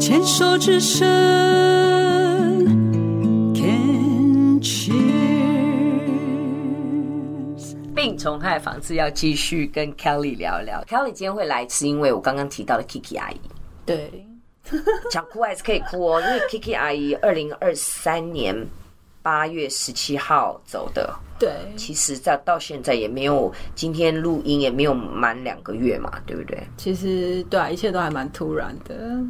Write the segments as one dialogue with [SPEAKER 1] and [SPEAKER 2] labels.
[SPEAKER 1] 牵手之声，Can cheers。
[SPEAKER 2] 病虫害防治要继续跟 Kelly 聊一聊。Kelly 今天会来，是因为我刚刚提到的 Kiki 阿姨。
[SPEAKER 3] 对，
[SPEAKER 2] 讲哭还是可以哭哦，因为 Kiki 阿姨二零二三年八月十七号走的，
[SPEAKER 3] 对，
[SPEAKER 2] 其实到到现在也没有，今天录音也没有满两个月嘛，对不对？
[SPEAKER 3] 其实对啊，一切都还蛮突然的。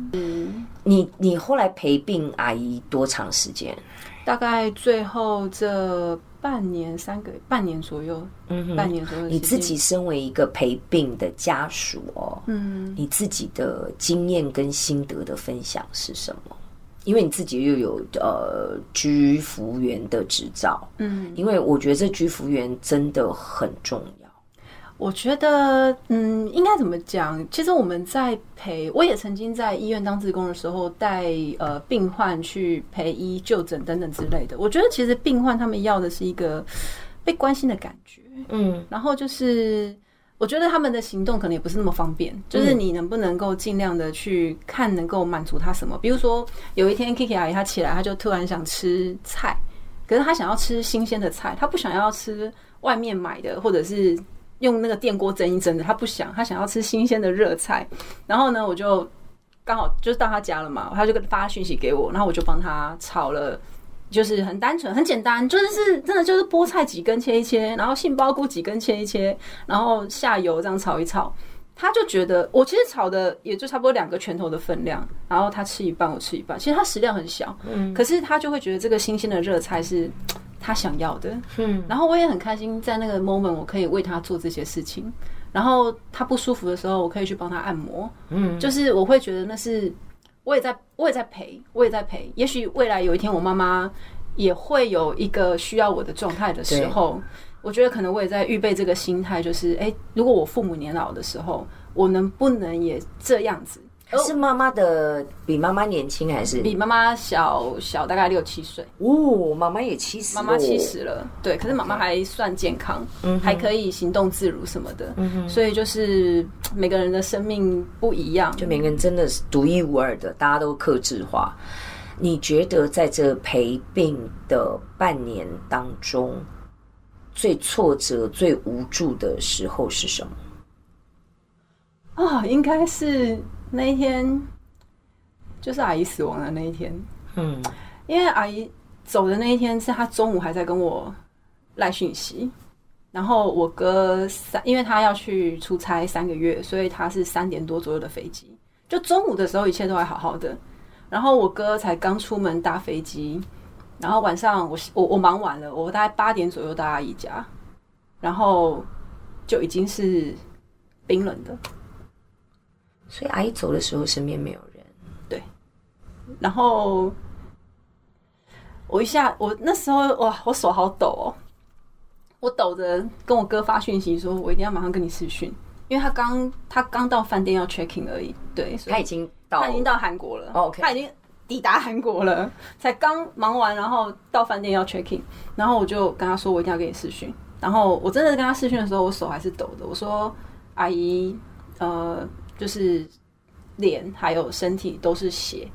[SPEAKER 2] 你你后来陪病阿姨多长时间？
[SPEAKER 3] 大概最后这半年、三个半年左右，
[SPEAKER 2] 嗯哼
[SPEAKER 3] 半年左右的
[SPEAKER 2] 你
[SPEAKER 3] 时
[SPEAKER 2] 自
[SPEAKER 3] 间
[SPEAKER 2] 己身为一个陪病的家属哦，
[SPEAKER 3] 嗯，
[SPEAKER 2] 你自己的经验跟心得的分享是什么？因为你自己又有呃居服员的执照，
[SPEAKER 3] 嗯，
[SPEAKER 2] 因为我觉得这居服员真的很重要。
[SPEAKER 3] 我觉得，嗯，应该怎么讲？其实我们在陪，我也曾经在医院当志工的时候，带呃病患去陪医、就诊等等之类的。我觉得其实病患他们要的是一个被关心的感觉，
[SPEAKER 2] 嗯
[SPEAKER 3] 然后就是，我觉得他们的行动可能也不是那么方便，就是你能不能够尽量的去看，能够满足他什么？比如说，有一天 Kiki 阿姨她起来，她就突然想吃菜，可是她想要吃新鲜的菜，她不想要吃外面买的，或者是。用那个电锅蒸一蒸的，她不想，她想要吃新鲜的热菜。然后呢，我就刚好就是到她家了嘛，她就发讯息给我，然后我就帮她炒了就是很单纯、很简单，就是是真的就是菠菜几根切一切，然后杏鲍菇几根切一切，然后下油这样炒一炒。他就觉得我其实炒的也就差不多两个拳头的分量，然后他吃一半，我吃一半。其实他食量很小，
[SPEAKER 2] 嗯
[SPEAKER 3] 可是他就会觉得这个新鲜的热菜是他想要的。
[SPEAKER 2] 嗯
[SPEAKER 3] 然后我也很开心，在那个 moment 我可以为他做这些事情。然后他不舒服的时候，我可以去帮他按摩。
[SPEAKER 2] 嗯，
[SPEAKER 3] 就是我会觉得那是我也在，我也在陪，我也在陪。也许未来有一天，我妈妈也会有一个需要我的状态的时候，我觉得可能我也在预备这个心态，就是诶，如果我父母年老的时候，我能不能也这样子？
[SPEAKER 2] 是妈妈的比妈妈年轻还是？
[SPEAKER 3] 哦比妈妈小小大概六七岁，
[SPEAKER 2] 哦，妈妈也七十，
[SPEAKER 3] 妈妈七，十了，对，可是妈妈还算健康，还可以行动自如什么的，所以就是每个人的生命不一样，
[SPEAKER 2] 就每个人真的是独一无二的，大家都克制化。你觉得在这陪病的半年当中，最挫折、最无助的时候是什么？
[SPEAKER 3] 啊、应该是那一天，就是阿姨死亡的那一天，
[SPEAKER 2] 嗯
[SPEAKER 3] 因为阿姨走的那一天是她中午还在跟我赖讯息，然后我哥三，因为他要去出差三个月，所以他是三点多左右的飞机，就中午的时候一切都还好好的，然后我哥才刚出门搭飞机，然后晚上我我我忙完了，我大概八点左右到阿姨家，然后就已经是冰冷的。
[SPEAKER 2] 所以阿姨走的时候，身边没有人。
[SPEAKER 3] 然后我一下，我那时候哇，我手好抖哦，我抖着跟我哥发讯息说，我一定要马上跟你视讯，因为他刚他刚到饭店要 checking 而已，对，所以
[SPEAKER 2] 他已经到，
[SPEAKER 3] 他已经到韩国了、
[SPEAKER 2] 哦，OK
[SPEAKER 3] 他已经抵达韩国了，才刚忙完，然后到饭店要 check in，然后我就跟他说我一定要跟你视讯，然后我真的跟他视讯的时候，我手还是抖的，我说阿姨，呃，就是脸还有身体都是血，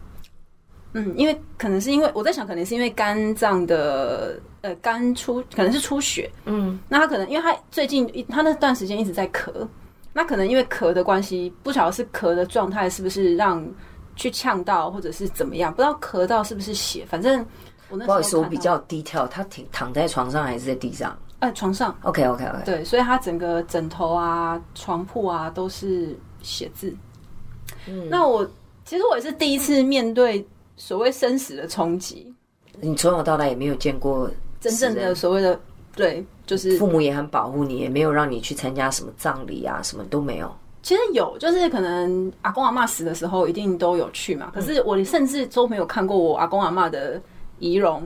[SPEAKER 3] 嗯，因为可能是因为我在想，可能是因为肝脏的呃肝出可能是出血，
[SPEAKER 2] 嗯
[SPEAKER 3] 那他可能因为他最近一他那段时间一直在咳，那可能因为咳的关系，不晓得是咳的状态是不是让去呛到，或者是怎么样，不知道咳到是不是血，反正我那时
[SPEAKER 2] 不
[SPEAKER 3] 候
[SPEAKER 2] 好意思，我
[SPEAKER 3] 看
[SPEAKER 2] 比
[SPEAKER 3] 到
[SPEAKER 2] 较低调，他挺躺在床上还是在地上
[SPEAKER 3] 哎床上
[SPEAKER 2] ？OK OK OK，
[SPEAKER 3] 对，所以他整个枕头啊、床铺啊都是写字。那我其实我也是第一次面对所谓生死的冲击，
[SPEAKER 2] 你从小到大也没有见过
[SPEAKER 3] 真正
[SPEAKER 2] 死
[SPEAKER 3] 的
[SPEAKER 2] 人
[SPEAKER 3] 所谓的对，就是
[SPEAKER 2] 父母也很保护你，也没有让你去参加什么葬礼啊，什么都没有。
[SPEAKER 3] 其实有，就是可能阿公阿嬷死的时候一定都有去嘛，可是我甚至都没有看过我阿公阿嬷的遗容。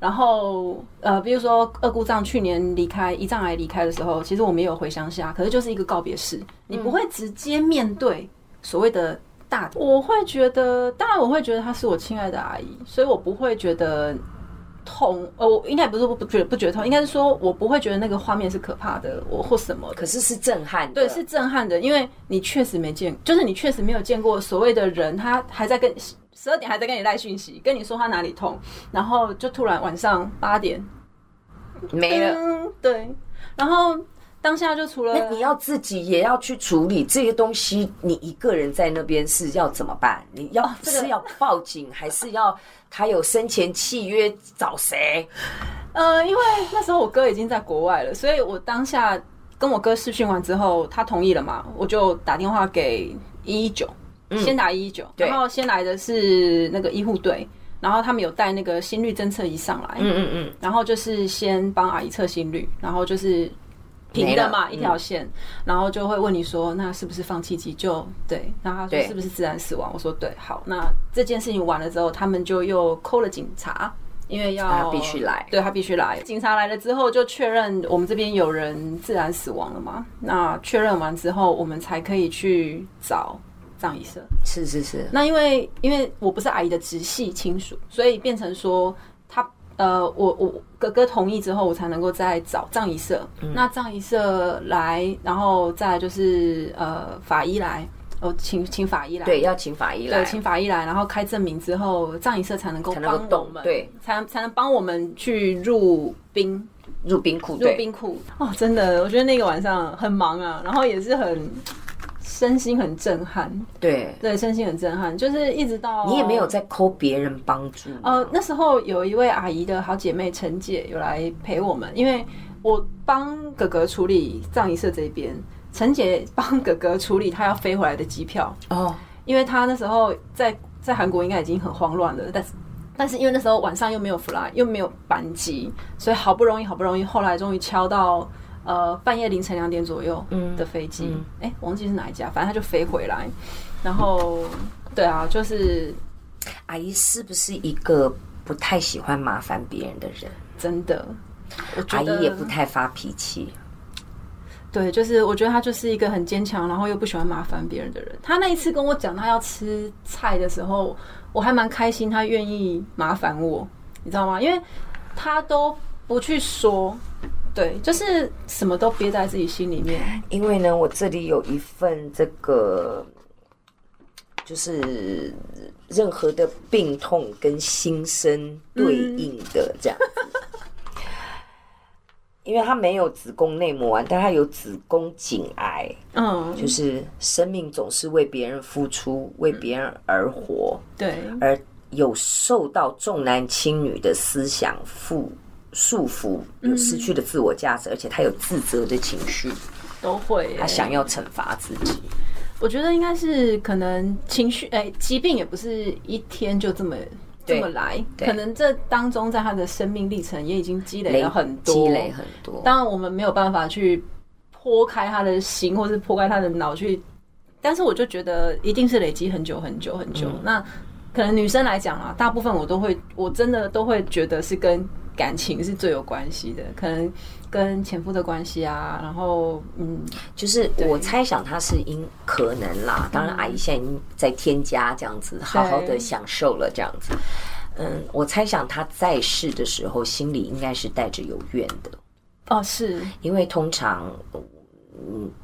[SPEAKER 3] 然后呃，比如说二姑丈去年离开胰脏癌离开的时候，其实我们也有回乡下，可是就是一个告别式，你不会直接面对所谓的大的。我会觉得，当然我会觉得她是我亲爱的阿姨，所以我不会觉得痛，呃，我应该不是不不觉得不觉得痛，应该是说我不会觉得那个画面是可怕的，我或什么的
[SPEAKER 2] 可是是震撼的，
[SPEAKER 3] 对，是震撼的，因为你确实没见，就是你确实没有见过所谓的人，他还在跟十二点还在跟你赖讯息，跟你说他哪里痛，然后就突然晚上八点，
[SPEAKER 2] 没了。
[SPEAKER 3] 嗯，对，然后当下就除了
[SPEAKER 2] 那你要自己也要去处理这些东西，你一个人在那边是要怎么办？你要、
[SPEAKER 3] 这个
[SPEAKER 2] 是要报警，还是要他有生前契约找谁？
[SPEAKER 3] 呃，因为那时候我哥已经在国外了，所以我当下跟我哥试训完之后，他同意了嘛，我就打电话给一一九，先打一一九，
[SPEAKER 2] 嗯对
[SPEAKER 3] 然后先来的是那个医护队，然后他们有带那个心率侦测仪上来，
[SPEAKER 2] 嗯嗯嗯，
[SPEAKER 3] 然后就是先帮阿姨测心率，然后就是平
[SPEAKER 2] 没
[SPEAKER 3] 的
[SPEAKER 2] 了
[SPEAKER 3] 嘛，
[SPEAKER 2] 嗯
[SPEAKER 3] 一条线，然后就会问你说，那是不是放弃急救？对，然后他说
[SPEAKER 2] 对
[SPEAKER 3] 是不是自然死亡？我说对，好，那这件事情完了之后，他们就又扣了警察。因为要
[SPEAKER 2] 他必须来
[SPEAKER 3] 对他必须来。警察来了之后，就确认我们这边有人自然死亡了嘛？那确认完之后，我们才可以去找葬仪社。
[SPEAKER 2] 是是是，
[SPEAKER 3] 那因为因为我不是阿姨的直系亲属，所以变成说他呃，我我哥哥同意之后，我才能够再找葬仪社。
[SPEAKER 2] 嗯
[SPEAKER 3] 那葬仪社来，然后再来就是呃法医来，哦请请法医来。
[SPEAKER 2] 对，要请法医来
[SPEAKER 3] 对，。请法医来，然后开证明之后，葬仪社才能够
[SPEAKER 2] 才能够
[SPEAKER 3] 帮我
[SPEAKER 2] 动
[SPEAKER 3] 们，
[SPEAKER 2] 对，
[SPEAKER 3] 才能才能帮我们去入冰
[SPEAKER 2] 入冰库，
[SPEAKER 3] 入
[SPEAKER 2] 对，
[SPEAKER 3] 冰库。哦，真的，我觉得那个晚上很忙啊，然后也是很身心很震撼，
[SPEAKER 2] 对，
[SPEAKER 3] 对，身心很震撼，就是一直到
[SPEAKER 2] 你也没有在抠别人帮助，
[SPEAKER 3] 呃，那时候有一位阿姨的好姐妹陈姐有来陪我们，因为我帮哥哥处理葬仪社这边，陈姐帮哥哥处理他要飞回来的机票，
[SPEAKER 2] 哦，
[SPEAKER 3] 因为他那时候在在韩国应该已经很慌乱了，但是但是因为那时候晚上又没有 fly，又没有班机，所以好不容易好不容易，后来终于敲到呃半夜凌晨两点左右
[SPEAKER 2] 嗯
[SPEAKER 3] 的飞机，哎、忘记是哪一家，反正他就飞回来，然后对啊，就是
[SPEAKER 2] 阿姨是不是一个不太喜欢麻烦别人的人？
[SPEAKER 3] 真的。我觉
[SPEAKER 2] 阿
[SPEAKER 3] 得
[SPEAKER 2] 姨也不太发脾气，
[SPEAKER 3] 对，就是我觉得他就是一个很坚强，然后又不喜欢麻烦别人的人。他那一次跟我讲他要吃菜的时候，我还蛮开心，他愿意麻烦我，你知道吗？因为他都不去说，对，就是什么都憋在自己心里面。
[SPEAKER 2] 因为呢，我这里有一份这个，就是任何的病痛跟心声对应的这样子。因为他没有子宫内膜癌，但他有子宫颈癌，
[SPEAKER 3] 嗯，
[SPEAKER 2] 就是生命总是为别人付出，为别人而活。
[SPEAKER 3] 对，
[SPEAKER 2] 而有受到重男轻女的思想束束缚，有失去了自我价值，而且他有自责的情绪，
[SPEAKER 3] 都会耶、欸
[SPEAKER 2] 他想要惩罚自己。
[SPEAKER 3] 我觉得应该是可能情绪，哎、疾病也不是一天就这么。这
[SPEAKER 2] 对
[SPEAKER 3] 么来，
[SPEAKER 2] 对
[SPEAKER 3] 可能这当中在他的生命历程也已经积累了很多，
[SPEAKER 2] 积累很多，
[SPEAKER 3] 当然我们没有办法去剖开他的心，或是剖开他的脑去，但是我就觉得一定是累积很久很久很久。
[SPEAKER 2] 嗯
[SPEAKER 3] 那可能女生来讲啊，大部分我都会，我真的都会觉得是跟感情是最有关系的，可能跟前夫的关系啊，然后嗯，
[SPEAKER 2] 就是我猜想他是因可能啦，当然阿姨现在已经在添加这样子，好好的享受了这样子。嗯，我猜想他在世的时候，心里应该是带着有怨的，
[SPEAKER 3] 哦是
[SPEAKER 2] 因为通常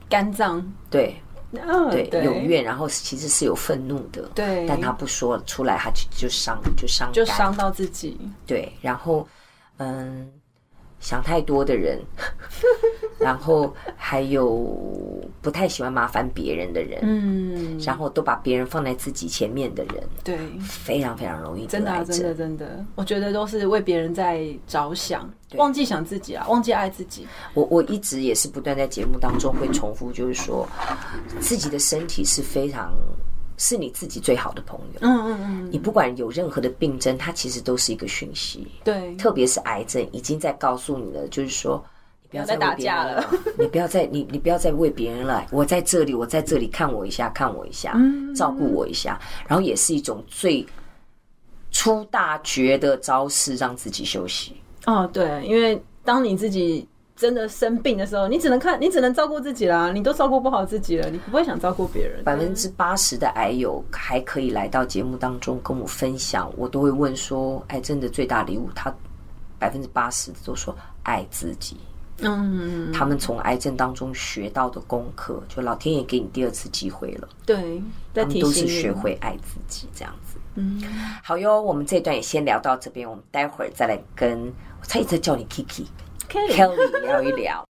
[SPEAKER 3] 肝脏，
[SPEAKER 2] 对
[SPEAKER 3] 嗯
[SPEAKER 2] 对有怨，然后其实是有愤怒的，
[SPEAKER 3] 对，
[SPEAKER 2] 但他不说出来，他就就伤就伤
[SPEAKER 3] 就
[SPEAKER 2] 感
[SPEAKER 3] 伤到自己，
[SPEAKER 2] 对，然后嗯，想太多的人， 然后还有不太喜欢麻烦别人的人，
[SPEAKER 3] 嗯，
[SPEAKER 2] 然后都把别人放在自己前面的人，
[SPEAKER 3] 对，
[SPEAKER 2] 非常非常容易得
[SPEAKER 3] 真的、啊，
[SPEAKER 2] 癌
[SPEAKER 3] 真
[SPEAKER 2] 症。
[SPEAKER 3] 的，真的，我觉得都是为别人在着想，忘记想自己啊，忘记爱自己。
[SPEAKER 2] 我我一直也是不断在节目当中会重复，就是说自己的身体是非常是你自己最好的朋友。
[SPEAKER 3] 嗯嗯嗯，
[SPEAKER 2] 你不管有任何的病症，它其实都是一个讯息。
[SPEAKER 3] 对，
[SPEAKER 2] 特别是癌症，已经在告诉你了，就是说。你不要为别人
[SPEAKER 3] 不要再打架了，
[SPEAKER 2] 你不要再你你不要再为别人了，我在这里，我在这里，看我一下，看我一下，
[SPEAKER 3] 嗯
[SPEAKER 2] 照顾我一下，然后也是一种最出大绝的招式，让自己休息。
[SPEAKER 3] 哦对，因为当你自己真的生病的时候，你只能看，你只能照顾自己啦，你都照顾不好自己了，你不会想照顾别人。
[SPEAKER 2] 百分之八十的癌友还可以来到节目当中跟我分享，我都会问说，癌症的最大礼物，他百分之八十都说爱自己。
[SPEAKER 3] 嗯，
[SPEAKER 2] 他们从癌症当中学到的功课，就老天爷给你第二次机会了，
[SPEAKER 3] 对，在
[SPEAKER 2] 他们
[SPEAKER 3] 提
[SPEAKER 2] 都
[SPEAKER 3] 醒
[SPEAKER 2] 是学
[SPEAKER 3] 你。
[SPEAKER 2] 会爱自己这样子。
[SPEAKER 3] 嗯，
[SPEAKER 2] 好哟，我们这段也先聊到这边，我们待会儿再来跟我差一直叫你 Kiki
[SPEAKER 3] Kelly
[SPEAKER 2] Kelly 聊一聊。